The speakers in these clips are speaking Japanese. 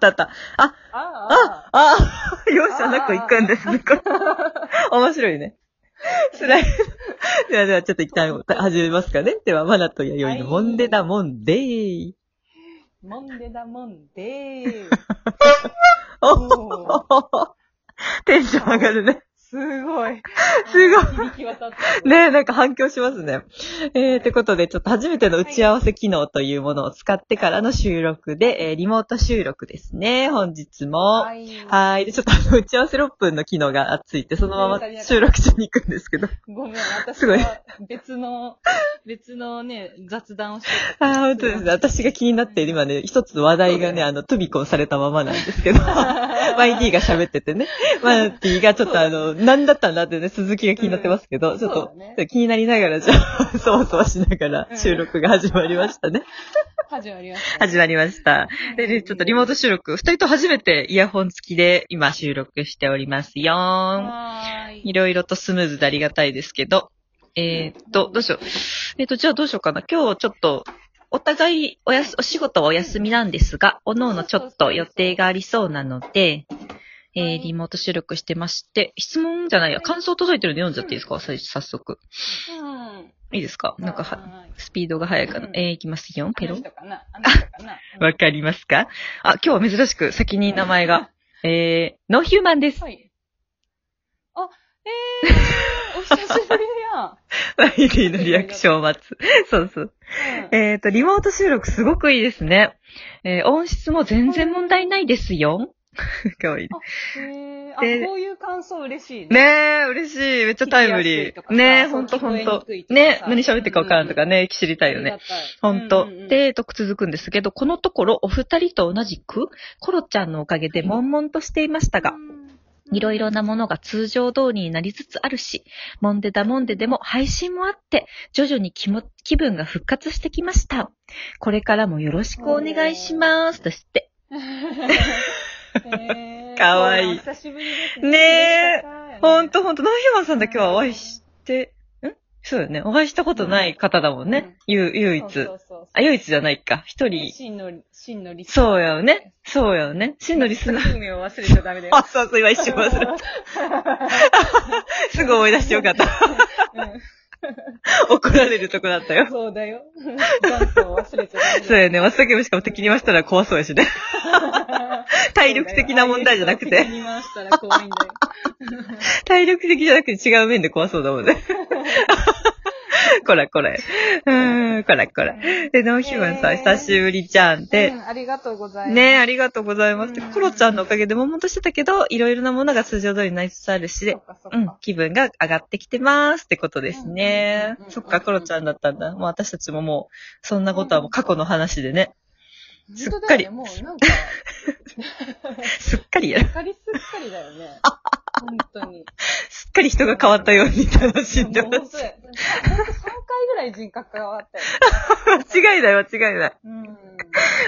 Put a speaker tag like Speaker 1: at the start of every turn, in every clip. Speaker 1: だった。あ、
Speaker 2: あ
Speaker 1: あ、あ、 容赦なく行くんですね。これ面白いね。スライド。 ではでは、ちょっと一旦始めますかね。では、マナと弥生のモンデダモンデー。
Speaker 2: あ、もんでだもんでー。
Speaker 1: お
Speaker 2: おー
Speaker 1: テンション上がるね。
Speaker 2: すごい。
Speaker 1: すごい
Speaker 2: 響き渡ってる。
Speaker 1: ねえ、なんか反響しますね。えー、ってことで、ちょっと初めての打ち合わせ機能というものを使ってからの収録で、えーリモート収録ですね、本日も。はい。
Speaker 2: い。
Speaker 1: で、ちょっとあの、打ち合わせ6分の機能がついて、そのまま収録しに行くんですけど。
Speaker 2: ごめん、私
Speaker 1: すごい
Speaker 2: は別の、別のね、雑談をして
Speaker 1: あー、本当ですね。私が気になって、今ね、一つ話題がね、あの、トビコをされたままなんです けど。
Speaker 2: た。
Speaker 1: YD が喋っててね。マナティがちょっとあの、何だったんだってね、鈴木が気になってますけど、ちょっ
Speaker 2: そう
Speaker 1: と
Speaker 2: だね、
Speaker 1: 気になりながら、じゃあ、そわそわしながら
Speaker 2: うん
Speaker 1: 収録が始まりましたね。
Speaker 2: 始まりました。
Speaker 1: 始まりました。で、でちょっとリモート収録、二人と初めてイヤホン付きで今収録しておりますよーん。
Speaker 2: はー
Speaker 1: い
Speaker 2: い。
Speaker 1: ろいろとスムーズでありがたいですけど。えーっと、どうしよう。えーっと、じゃあどうしようかな。今日ちょっと、お互いおやす、お仕事はお休みなんですが、おのおのちょっと予定がありそうなので、え
Speaker 2: は
Speaker 1: ー、
Speaker 2: い
Speaker 1: リモート収録してまして、質問じゃないや、感想届いてるんで読んじゃっていいですか最初早速。
Speaker 2: うん。
Speaker 1: いいですかなんかは、
Speaker 2: はーい、
Speaker 1: スピードが速いかな
Speaker 2: う。ん
Speaker 1: えー、いきますよ。ペロ
Speaker 2: あの。人かなあの人かな
Speaker 1: わかりますかあ、今日は珍しく先に名前が、えー、ノーヒューマンです。
Speaker 2: はい。あ、えー、お久しぶり
Speaker 1: ワイリーのリアクションを待つ。そうそう。
Speaker 2: や。うん
Speaker 1: えっ、と、リモート収録すごくいいですね。えー音質も全然問題ないです よ。かわいいね。
Speaker 2: えー、あ、
Speaker 1: で
Speaker 2: こういう感想嬉しいね。
Speaker 1: ねえ、嬉しい。めっちゃタイムリー。ねえ、ほんとほんと。ねえ、何喋ってかわからんとか
Speaker 2: ね、
Speaker 1: ね、知りたいよね。ほんと。で、と続くんですけど、このところお二人と同じく、コロちゃんのおかげで悶々としていましたが、いろいろなものが通常通りになりつつあるし、モンデダモンデでも配信もあって、徐々に気も気分が復活してきました。これからもよろしくお願いします。として。
Speaker 2: えー
Speaker 1: かわいい
Speaker 2: お久しぶりですね。
Speaker 1: ねえ
Speaker 2: え
Speaker 1: ほんとほんと、ナヒマンさんだけはお会いして、んそうよね。お会いしたことない方だもんね。ゆ唯一。
Speaker 2: そうそうそう
Speaker 1: あ、唯一じゃないか。一
Speaker 2: ね
Speaker 1: 人。
Speaker 2: 真の、真のリスナー
Speaker 1: そうよね。。そうよね。真のリスナー。
Speaker 2: 運命を忘れちゃダメだ よ。
Speaker 1: あ、そうそう、今一瞬忘れた。 すぐ思い出してよかった。怒られるとこだった
Speaker 2: うん
Speaker 1: よ。
Speaker 2: そうだよ。元祖を忘れちゃダメ
Speaker 1: そう
Speaker 2: だよ。
Speaker 1: よ ね。松崎もしかも敵に回したら怖そうやしね。 体力的な問題じゃなく
Speaker 2: ああいう人を敵
Speaker 1: て、
Speaker 2: に回したら怖いんだよ。
Speaker 1: 体力的じゃなくて違う面で怖そうだもん ね。こらこら。うーん、こら こら。で、ノンヒューマンさん、
Speaker 2: えー
Speaker 1: 久しぶりちゃん
Speaker 2: う
Speaker 1: で、
Speaker 2: んありがとうございます。
Speaker 1: ねえ、ありがとうございます。
Speaker 2: うん
Speaker 1: コロちゃんのおかげで悶々としてたけど、いろいろなものが通常通りになりつつあるし
Speaker 2: そ
Speaker 1: で
Speaker 2: っ、かそっか。
Speaker 1: うん、気分が上がってきてますってことですね
Speaker 2: うんうんうんう。ん
Speaker 1: そっか、コロちゃんだったんだ。もう私たちももう、そんなことはもう過去の話でね、すっ
Speaker 2: 本当
Speaker 1: か
Speaker 2: だ
Speaker 1: り
Speaker 2: よね。もうなんか、
Speaker 1: すっかりやる
Speaker 2: すっかりすっかりだよね。本当に。
Speaker 1: すっかり人が変わったように楽しんで
Speaker 2: もう
Speaker 1: ま
Speaker 2: 本
Speaker 1: す
Speaker 2: 当。だよ。本当3回ぐらい人格変わったよね。
Speaker 1: 間違いない、間違いない。
Speaker 2: うん。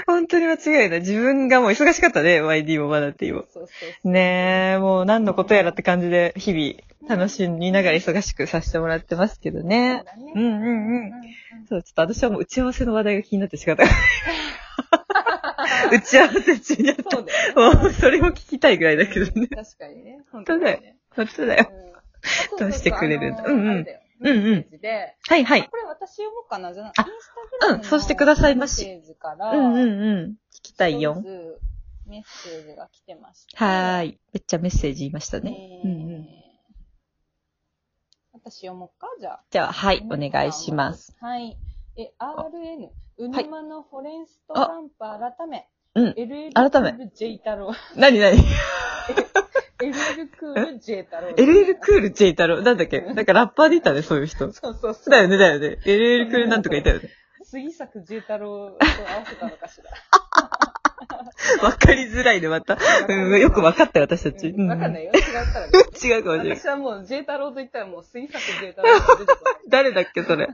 Speaker 1: 本当に間違いない。自分がもう忙しかったね、YD もマナティも。
Speaker 2: そうそうそう。
Speaker 1: ねえ、もう何のことやらって感じで、日々楽しみながら忙しくさせてもらってますけど
Speaker 2: そう
Speaker 1: ね。
Speaker 2: だ
Speaker 1: う
Speaker 2: ね。
Speaker 1: んうんうん。
Speaker 2: う
Speaker 1: そう、ちょっと私はもう打ち合わせの話題が気になって仕方ない。 打ち合わせ中にあっ
Speaker 2: んそうだよね。
Speaker 1: た。もう、それを聞きたいぐらいだけどね。
Speaker 2: 確かにね。本ね。
Speaker 1: 本当だよ。
Speaker 2: うん
Speaker 1: どうしてくれるんだ
Speaker 2: あそうそう
Speaker 1: うんうん
Speaker 2: あれだよ
Speaker 1: うんうん
Speaker 2: メッセージで
Speaker 1: はいはい。
Speaker 2: これ私読もうかなじゃなイン
Speaker 1: あ
Speaker 2: スタグラムの
Speaker 1: うんそうしてくださいまし
Speaker 2: メッセージから、
Speaker 1: うんうんうん。聞きたい
Speaker 2: 一
Speaker 1: よ。
Speaker 2: つメッセージが来てまして。
Speaker 1: はーい。めっちゃメッセージ言いましたね
Speaker 2: ね。
Speaker 1: うんうん。
Speaker 2: 私読もうか、じゃあ。
Speaker 1: じゃあ、はい、お願いします。。
Speaker 2: はい。え、RN、うぬまのフォレンスト
Speaker 1: あ
Speaker 2: ランプ改め、
Speaker 1: うん。
Speaker 2: LL
Speaker 1: 改め
Speaker 2: クール J 太郎。
Speaker 1: なになに
Speaker 2: LL クール J 太郎。
Speaker 1: ?LL クール J 太郎。なんだっけなんかラッパーでいたね、そういう人。
Speaker 2: そうそうそう。
Speaker 1: だよね、だよね。LL クールなんとかいたよね。
Speaker 2: 杉作 J 太郎と合わせたのかしら。
Speaker 1: わかりづらいね、また。 うん、よくわかったよ、私たち。
Speaker 2: うんわかんない
Speaker 1: い。
Speaker 2: よ。違ったらね。
Speaker 1: 違うかもしれない。
Speaker 2: 私はもう J 太郎と言ったらもう杉作 J 太郎が出てこない。
Speaker 1: 誰だっけ、 それ。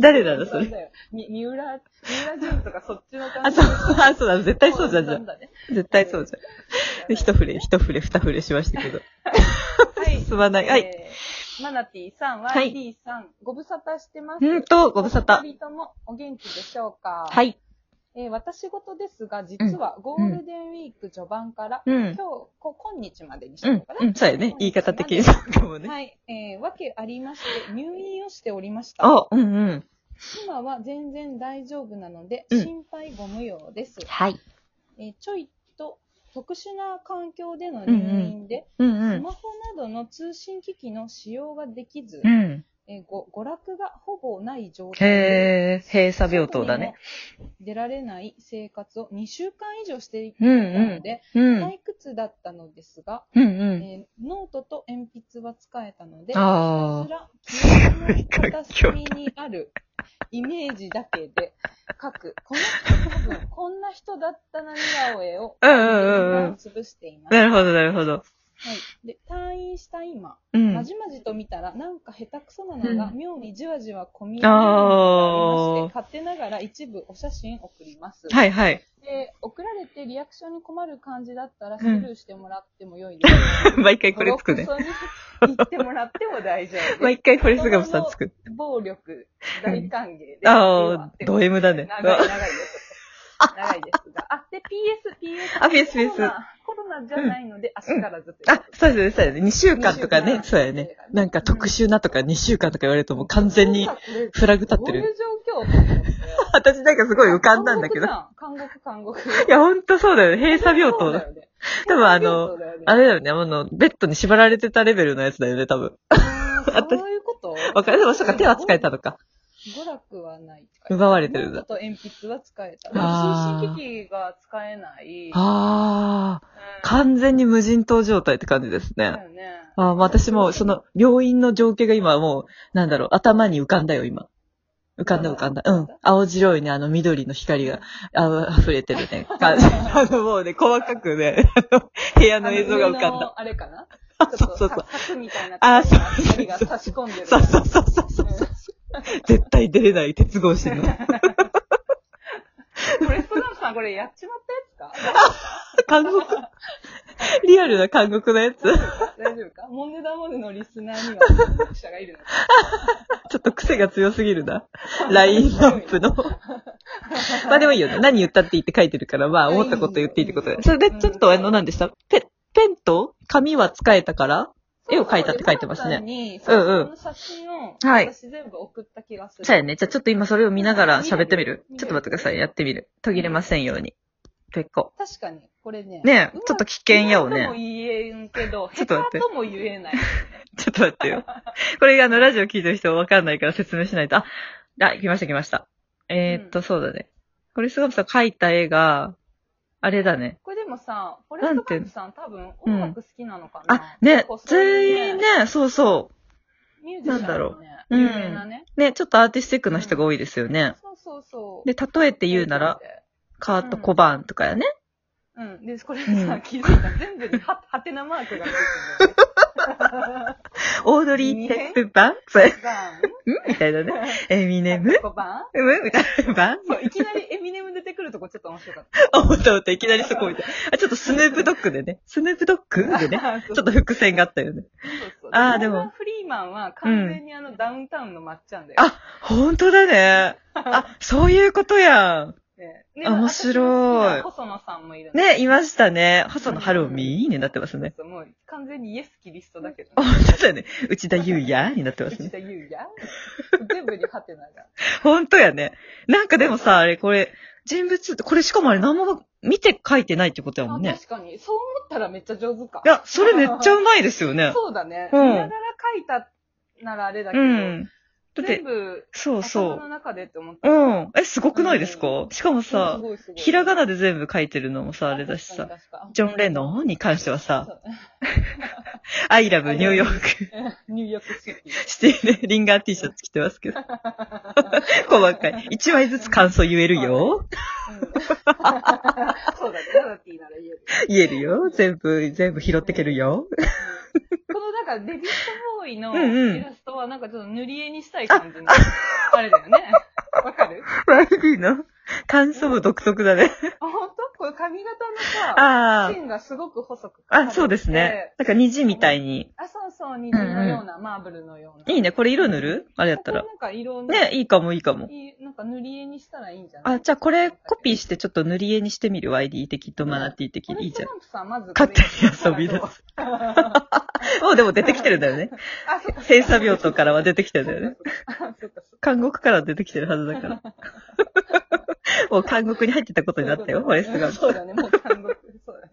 Speaker 1: 誰なの、それ。
Speaker 2: れ。み三浦、三浦淳とかそっちの
Speaker 1: あ、
Speaker 2: 感じ
Speaker 1: そう、あ、そうだ、絶対そうじゃん、じゃ
Speaker 2: そ
Speaker 1: ん
Speaker 2: う。なんだね
Speaker 1: 絶対そうじゃん。で、一触れ、一触れ、二触れしましたけど。
Speaker 2: はい。
Speaker 1: 進まない。はい。
Speaker 2: えーマナティさん、
Speaker 1: はい
Speaker 2: YD さん、ご無沙汰してます。
Speaker 1: うんと、ご無沙汰
Speaker 2: お。二人ともお元気でしょうか。
Speaker 1: はいい。
Speaker 2: えー私事ですが、実はゴールデンウィーク序盤から、
Speaker 1: うん。
Speaker 2: 今日こ、今日までにした
Speaker 1: う
Speaker 2: の
Speaker 1: ん
Speaker 2: かな、、
Speaker 1: うん、そうやね。言い方的にそ
Speaker 2: なの
Speaker 1: うかもね。
Speaker 2: ではい。えー、わけありまして、入院をしておりました。
Speaker 1: あ、うんうん。
Speaker 2: 今は全然大丈夫なので、
Speaker 1: うん
Speaker 2: 心配ご無用です。
Speaker 1: はい。
Speaker 2: えーちょいと特殊な環境での入院で、
Speaker 1: うんう
Speaker 2: ス
Speaker 1: ん。
Speaker 2: マホなどの通信機器の使用ができず、
Speaker 1: うん。
Speaker 2: えーご娯楽がほぼない状態
Speaker 1: へ
Speaker 2: で、
Speaker 1: ー、閉鎖病棟だね。
Speaker 2: 外にも出られない生活を2週間以上していた
Speaker 1: うん
Speaker 2: ので、
Speaker 1: うん。
Speaker 2: 退屈だったのですが、
Speaker 1: うんうん。
Speaker 2: えーノートと鉛筆は使えたので、
Speaker 1: あ
Speaker 2: ひたすら記憶の片隅にあるイメージだけで書く、この人多分こんな人だったな似顔絵を、
Speaker 1: うんうんうんうん
Speaker 2: 潰していま
Speaker 1: あ。
Speaker 2: す。
Speaker 1: なるほど、なるほど。
Speaker 2: はい、で退院した今、
Speaker 1: うん。
Speaker 2: まじまじと見たら、なんか下手くそなのが、
Speaker 1: う
Speaker 2: 妙にじわじわ込み上げる
Speaker 1: あ
Speaker 2: のがあり
Speaker 1: ー
Speaker 2: まして、勝手ながら一部お写真送ります。
Speaker 1: はいはい。
Speaker 2: で送られてリアクションに困る感じだったら、
Speaker 1: ん
Speaker 2: スルーしてもらっても良いですか。
Speaker 1: 毎 回これつくね
Speaker 2: ボ。ロクソに言ってもらっても大丈夫で
Speaker 1: 毎回フレスガムさんつく。
Speaker 2: す。暴力大歓迎で。
Speaker 1: ああ、ド M だね。
Speaker 2: 長い、長いです。長いですが。あ、で、PS、PS。
Speaker 1: あ PS
Speaker 2: コロナコロナじゃないので、足からずという
Speaker 1: あ
Speaker 2: こ、と
Speaker 1: そうですね、そうですね。2週間とか
Speaker 2: 二週間
Speaker 1: ね、そうやね。なんか特殊なとか2週間とか言われるともう完全に
Speaker 2: なんかこれ
Speaker 1: フラグ立って
Speaker 2: どうい
Speaker 1: る。
Speaker 2: う状況と思って。す
Speaker 1: 私なんかすごい浮かんだんだけど。い
Speaker 2: 監獄、監獄。
Speaker 1: や、ほんとそうだよね。閉鎖病棟だ。
Speaker 2: そうよね。
Speaker 1: 多分あの
Speaker 2: 閉鎖病棟だよね、
Speaker 1: あれだよね、あの、ベッドに縛られてたレベルのやつだよね、多分。
Speaker 2: あーそういうこと
Speaker 1: わかるでもそうか、手は使えたのか。
Speaker 2: 娯楽はないか。
Speaker 1: 奪われてるん
Speaker 2: ノー
Speaker 1: だ。
Speaker 2: トと鉛筆は使えた。
Speaker 1: あー
Speaker 2: 通信機器が使えない。
Speaker 1: ああ、
Speaker 2: うん
Speaker 1: 完全に無人島状態って感じですね
Speaker 2: だ。よね。
Speaker 1: あー私も、その、病院の情景が今もう、なんだろう、頭に浮かんだよ、今。浮かんだ浮かんだ。うん。青白いね、あの緑の光が、あ溢れてるね。感 じ。あの、もうね、細かくね、あの部屋の映像が浮かんだ。
Speaker 2: あの上のあれかなち
Speaker 1: そ
Speaker 2: ょ
Speaker 1: う
Speaker 2: っと
Speaker 1: そうそう。
Speaker 2: さ柵みたいなところに光が差し込んでる。
Speaker 1: そうそうそうそうそう。絶対出れない、鉄格子の。
Speaker 2: うんこれ、スナムさん、これやっちまったや
Speaker 1: 監 獄リアルな監獄の やつ。ち
Speaker 2: つか大丈夫かモンデダモンデのリスナーには、 読者がいるのか
Speaker 1: ょっと癖が強すぎるな。 ラインナップの。 まあでもいいよね。何言ったっていいって書いてるから、まあ思ったこと言っていいってこと
Speaker 2: うん
Speaker 1: で。それでちょっとあの、何でしたペ、ペンと紙は使えたから絵を描いたって書いてますね
Speaker 2: ね
Speaker 1: うんうん
Speaker 2: その写真を、
Speaker 1: はい
Speaker 2: 私全部送った気がする。
Speaker 1: そうやね。じゃあちょっと今それを見ながら喋ってみる
Speaker 2: 見れる
Speaker 1: ちょっと待ってください。やってみる。途切れませんように。結構。
Speaker 2: 確かに、これね。
Speaker 1: ね
Speaker 2: う
Speaker 1: え
Speaker 2: ま、
Speaker 1: ちょっと危険やを
Speaker 2: うまとも
Speaker 1: ね。
Speaker 2: 言えんけど、
Speaker 1: ちょ
Speaker 2: 下
Speaker 1: っと待っ
Speaker 2: 手
Speaker 1: て
Speaker 2: とも言えない。
Speaker 1: ちょっと待って よ。これ、あの、ラジオ聞いてる人わかんないから説明しないと。あ、あ、来ました来ました。えー、っと、そうだね。これ、スガムさん描いた絵が、あれだね。
Speaker 2: これでもさ、フォレストカンプさん多分音楽好きなのかな、
Speaker 1: あ、ね
Speaker 2: 結構、そう
Speaker 1: 全
Speaker 2: いう
Speaker 1: 員、ね、そうそう。
Speaker 2: ミュージシャン
Speaker 1: なんだろ
Speaker 2: う。
Speaker 1: う
Speaker 2: 有名なね。
Speaker 1: ね、ちょっとアーティスティックな人が多いですよね。
Speaker 2: そうそうそう。
Speaker 1: で、例えて言うなら、、カート・コバーンとかやね。
Speaker 2: うん。で、これ
Speaker 1: う
Speaker 2: さ、
Speaker 1: ん
Speaker 2: 気づいたら全部には、 はてなマークがついてる
Speaker 1: オードリー・テップバンそれ、ん
Speaker 2: んだよね。
Speaker 1: みたいなね。エ ミ
Speaker 2: バ
Speaker 1: ネ
Speaker 2: ン。
Speaker 1: ム
Speaker 2: 5番
Speaker 1: うんみたいな。バン
Speaker 2: そう、いきなりエミネム出てくるとこちょっと面白かっ
Speaker 1: あ、思った思った。いきなりそこみたい。あ、ちょっとスヌープドッグでね。 スヌープドッグで
Speaker 2: た。
Speaker 1: ね。
Speaker 2: そ う
Speaker 1: ちょっと伏線があったよね。
Speaker 2: そうそう
Speaker 1: あーでも
Speaker 2: モーガンフリーマンは完全にあのダウンタウンのまっちゃんだよ。
Speaker 1: あほんとだね。あ、そういうことやん。
Speaker 2: ねね
Speaker 1: 面白い
Speaker 2: 私の好きな細野さんもいるの。
Speaker 1: ね、いましたね。細野晴臣になってますね。
Speaker 2: そうもう完全にイエスキリストだけど
Speaker 1: ほ
Speaker 2: ね。
Speaker 1: んとだね。内田優也になってます
Speaker 2: 内
Speaker 1: ね。
Speaker 2: 田優也全部にハテナが。
Speaker 1: ほんとやね。なんかでもさ、あれこれ、人物、これしかもあれ何も見て書いてないってことやもん
Speaker 2: あ
Speaker 1: ね。
Speaker 2: 確かに。そう思ったらめっちゃ上手か
Speaker 1: い。や、それめっちゃうまいですよね。
Speaker 2: そうだね。
Speaker 1: うん
Speaker 2: 見ながら書いたならあれだけ
Speaker 1: う
Speaker 2: ど、
Speaker 1: ん。だって
Speaker 2: 全、部
Speaker 1: そう
Speaker 2: 頭
Speaker 1: そ
Speaker 2: の中でって思っ
Speaker 1: う。
Speaker 2: た。
Speaker 1: うん。え、すごくないですか、しかもさ、
Speaker 2: うん、すごいすごい
Speaker 1: ひらがなで全部書いてるのもさ、あれだしさ、、ジョン・レノンに関してはさ、アイラブニューヨーク
Speaker 2: 入浴式。
Speaker 1: シテ ィでリンガー T シャツ着てますけど、 細かい。一枚ずつ感想言えるよ。
Speaker 2: うんそうだね。ラダティなら言える。
Speaker 1: 言えるよ。全部、全部拾ってけるよ。
Speaker 2: うんこのなんかデビッド・ボーイの
Speaker 1: うんうん
Speaker 2: イラストはなんかちょっと塗り絵にしたい感じの、あれだよね。わかる
Speaker 1: ライディの感想も独特だね。
Speaker 2: あ、ほんとこれ髪型のさ、
Speaker 1: あ
Speaker 2: 芯がすごく細く
Speaker 1: あ。あ、そうですね。。なんか虹みたいに。
Speaker 2: あ、そうそう、虹のような、マーブルのような。
Speaker 1: いいね。これ色塗るあれやったら
Speaker 2: ここ。なんか色の
Speaker 1: ね、いいかもいいかも。
Speaker 2: いいなんか塗り絵にしたらいいんじゃない
Speaker 1: あ、じゃあこれコピーしてちょっと塗り絵にしてみる。YD 的とマナティ的。いいじゃん。
Speaker 2: ん。さん、まず
Speaker 1: 勝手に遊び出す。
Speaker 2: あ、
Speaker 1: もうでも出てきてるんだ よね。
Speaker 2: そっか。
Speaker 1: 閉鎖病棟からは出てきてるんだよね。
Speaker 2: あ、そっか、そっか。
Speaker 1: 監獄から出てきてるはずだ から。もう監獄に入ってたことになったよ、フォレスト
Speaker 2: う
Speaker 1: が
Speaker 2: ん。そうだね、もう監獄、そうだね。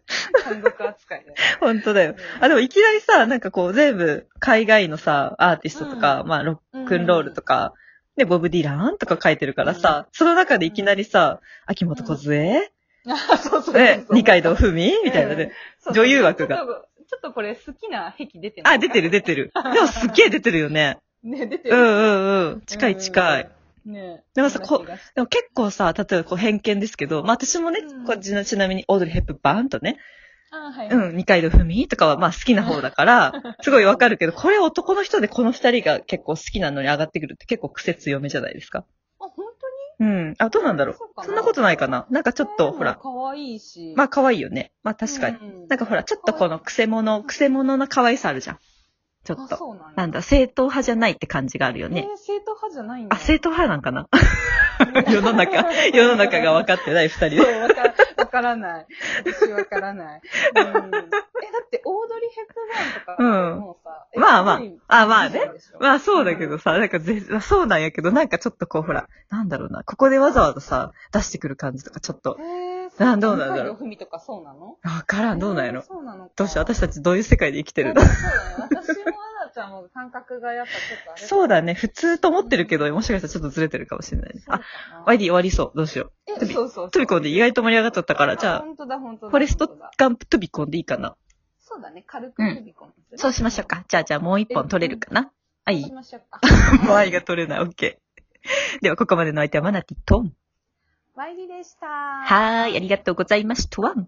Speaker 2: 監獄扱いだよね。
Speaker 1: 本当だよ。あ、でもいきなりさ、なんかこう全部海外のさ、アーティストとか、まあロックンロールとか、で、ボブ・ディランとか書いてるからさ、その中でいきなりさ、秋元梢、
Speaker 2: あ、そうそうそうそう。
Speaker 1: え二階堂ふみみたいなね。
Speaker 2: うん
Speaker 1: 女優枠が
Speaker 2: ちょっとちょっとこれ好きな癖出てない
Speaker 1: あ、出てる出てる。でもすっげえ出てるよね。
Speaker 2: ね、出て
Speaker 1: う
Speaker 2: る。
Speaker 1: んうんうん。近い近い。
Speaker 2: うん。ね
Speaker 1: でもさこ
Speaker 2: そんな気がし
Speaker 1: でも結構さ、例えばこう偏見ですけど、まあ私もね、
Speaker 2: うん
Speaker 1: こうちなちなみにオードリー・ヘップバーンとね、
Speaker 2: あ、はい。
Speaker 1: う。ん、二階堂ふみとかはまあ好きな方だから、すごいわかるけど、これ男の人でこの二人が結構好きなのに上がってくるって結構癖強めじゃないですか。
Speaker 2: あ、本
Speaker 1: うん。あ、どうなんだろう。
Speaker 2: そうかな
Speaker 1: そんなことないかな。なんかちょ
Speaker 2: 当
Speaker 1: っと、ほら、
Speaker 2: 可愛いし。
Speaker 1: まあ可愛いよね。まあ確かに。
Speaker 2: に
Speaker 1: なんかほら、ちょっとこの癖者、癖者の可愛さあるじゃん。ちょっ
Speaker 2: あ、
Speaker 1: と。
Speaker 2: そうなんだ。
Speaker 1: なんだ、正統派じゃないって感じがあるよ
Speaker 2: ね
Speaker 1: ね。。
Speaker 2: 正統派じゃないんだ。
Speaker 1: あ、正統派なんかな 世の中、世の中が分かってない二人
Speaker 2: そ
Speaker 1: で。
Speaker 2: う、わか、わからない。私わからない。うん。え、だって、オードリー・ヘップバーンとかって、もうさ、え
Speaker 1: まあまあ
Speaker 2: すごい
Speaker 1: あまあね
Speaker 2: 美人でしょ。
Speaker 1: まあそうだけどさ、なんかぜ、そうなんやけど、なんかちょっとこうほら、なんだろうな、ここでわざわざさ、出してくる感じとかちょっと、
Speaker 2: へー
Speaker 1: なんどうなんだろう
Speaker 2: 二階堂ふみとかそうなの
Speaker 1: わからん、どうなんやろ。
Speaker 2: そうなのか
Speaker 1: どうしよう、私たちどういう世界で生きてるの
Speaker 2: そうだね。私もアナちゃんも感覚がやっぱちょっとあれ
Speaker 1: そうだね、普通と思ってるけど、もしかしたらちょっとずれてるかもしれないね。
Speaker 2: そう
Speaker 1: あ
Speaker 2: か、な
Speaker 1: YD 終わりそう、どうしよ
Speaker 2: え、
Speaker 1: 飛び
Speaker 2: そうそうそう
Speaker 1: う。飛び込んで意外と盛り上がっちゃったから、じゃあ、
Speaker 2: 本当だ、本当だ。
Speaker 1: フォレスト
Speaker 2: 本当だ
Speaker 1: ガンプ飛び込んでいいかな。
Speaker 2: そうだね、軽く飛び込む、
Speaker 1: そうしましょう。か。じゃあ、じゃあもう一本取れるかな。は
Speaker 2: そうし
Speaker 1: い。
Speaker 2: ましょうか。
Speaker 1: 前が取れない、オッケー。では、ここまでの相手はマナティトン。
Speaker 2: ワイリでした。
Speaker 1: はーい、ありがとうございました。
Speaker 2: 飛び込む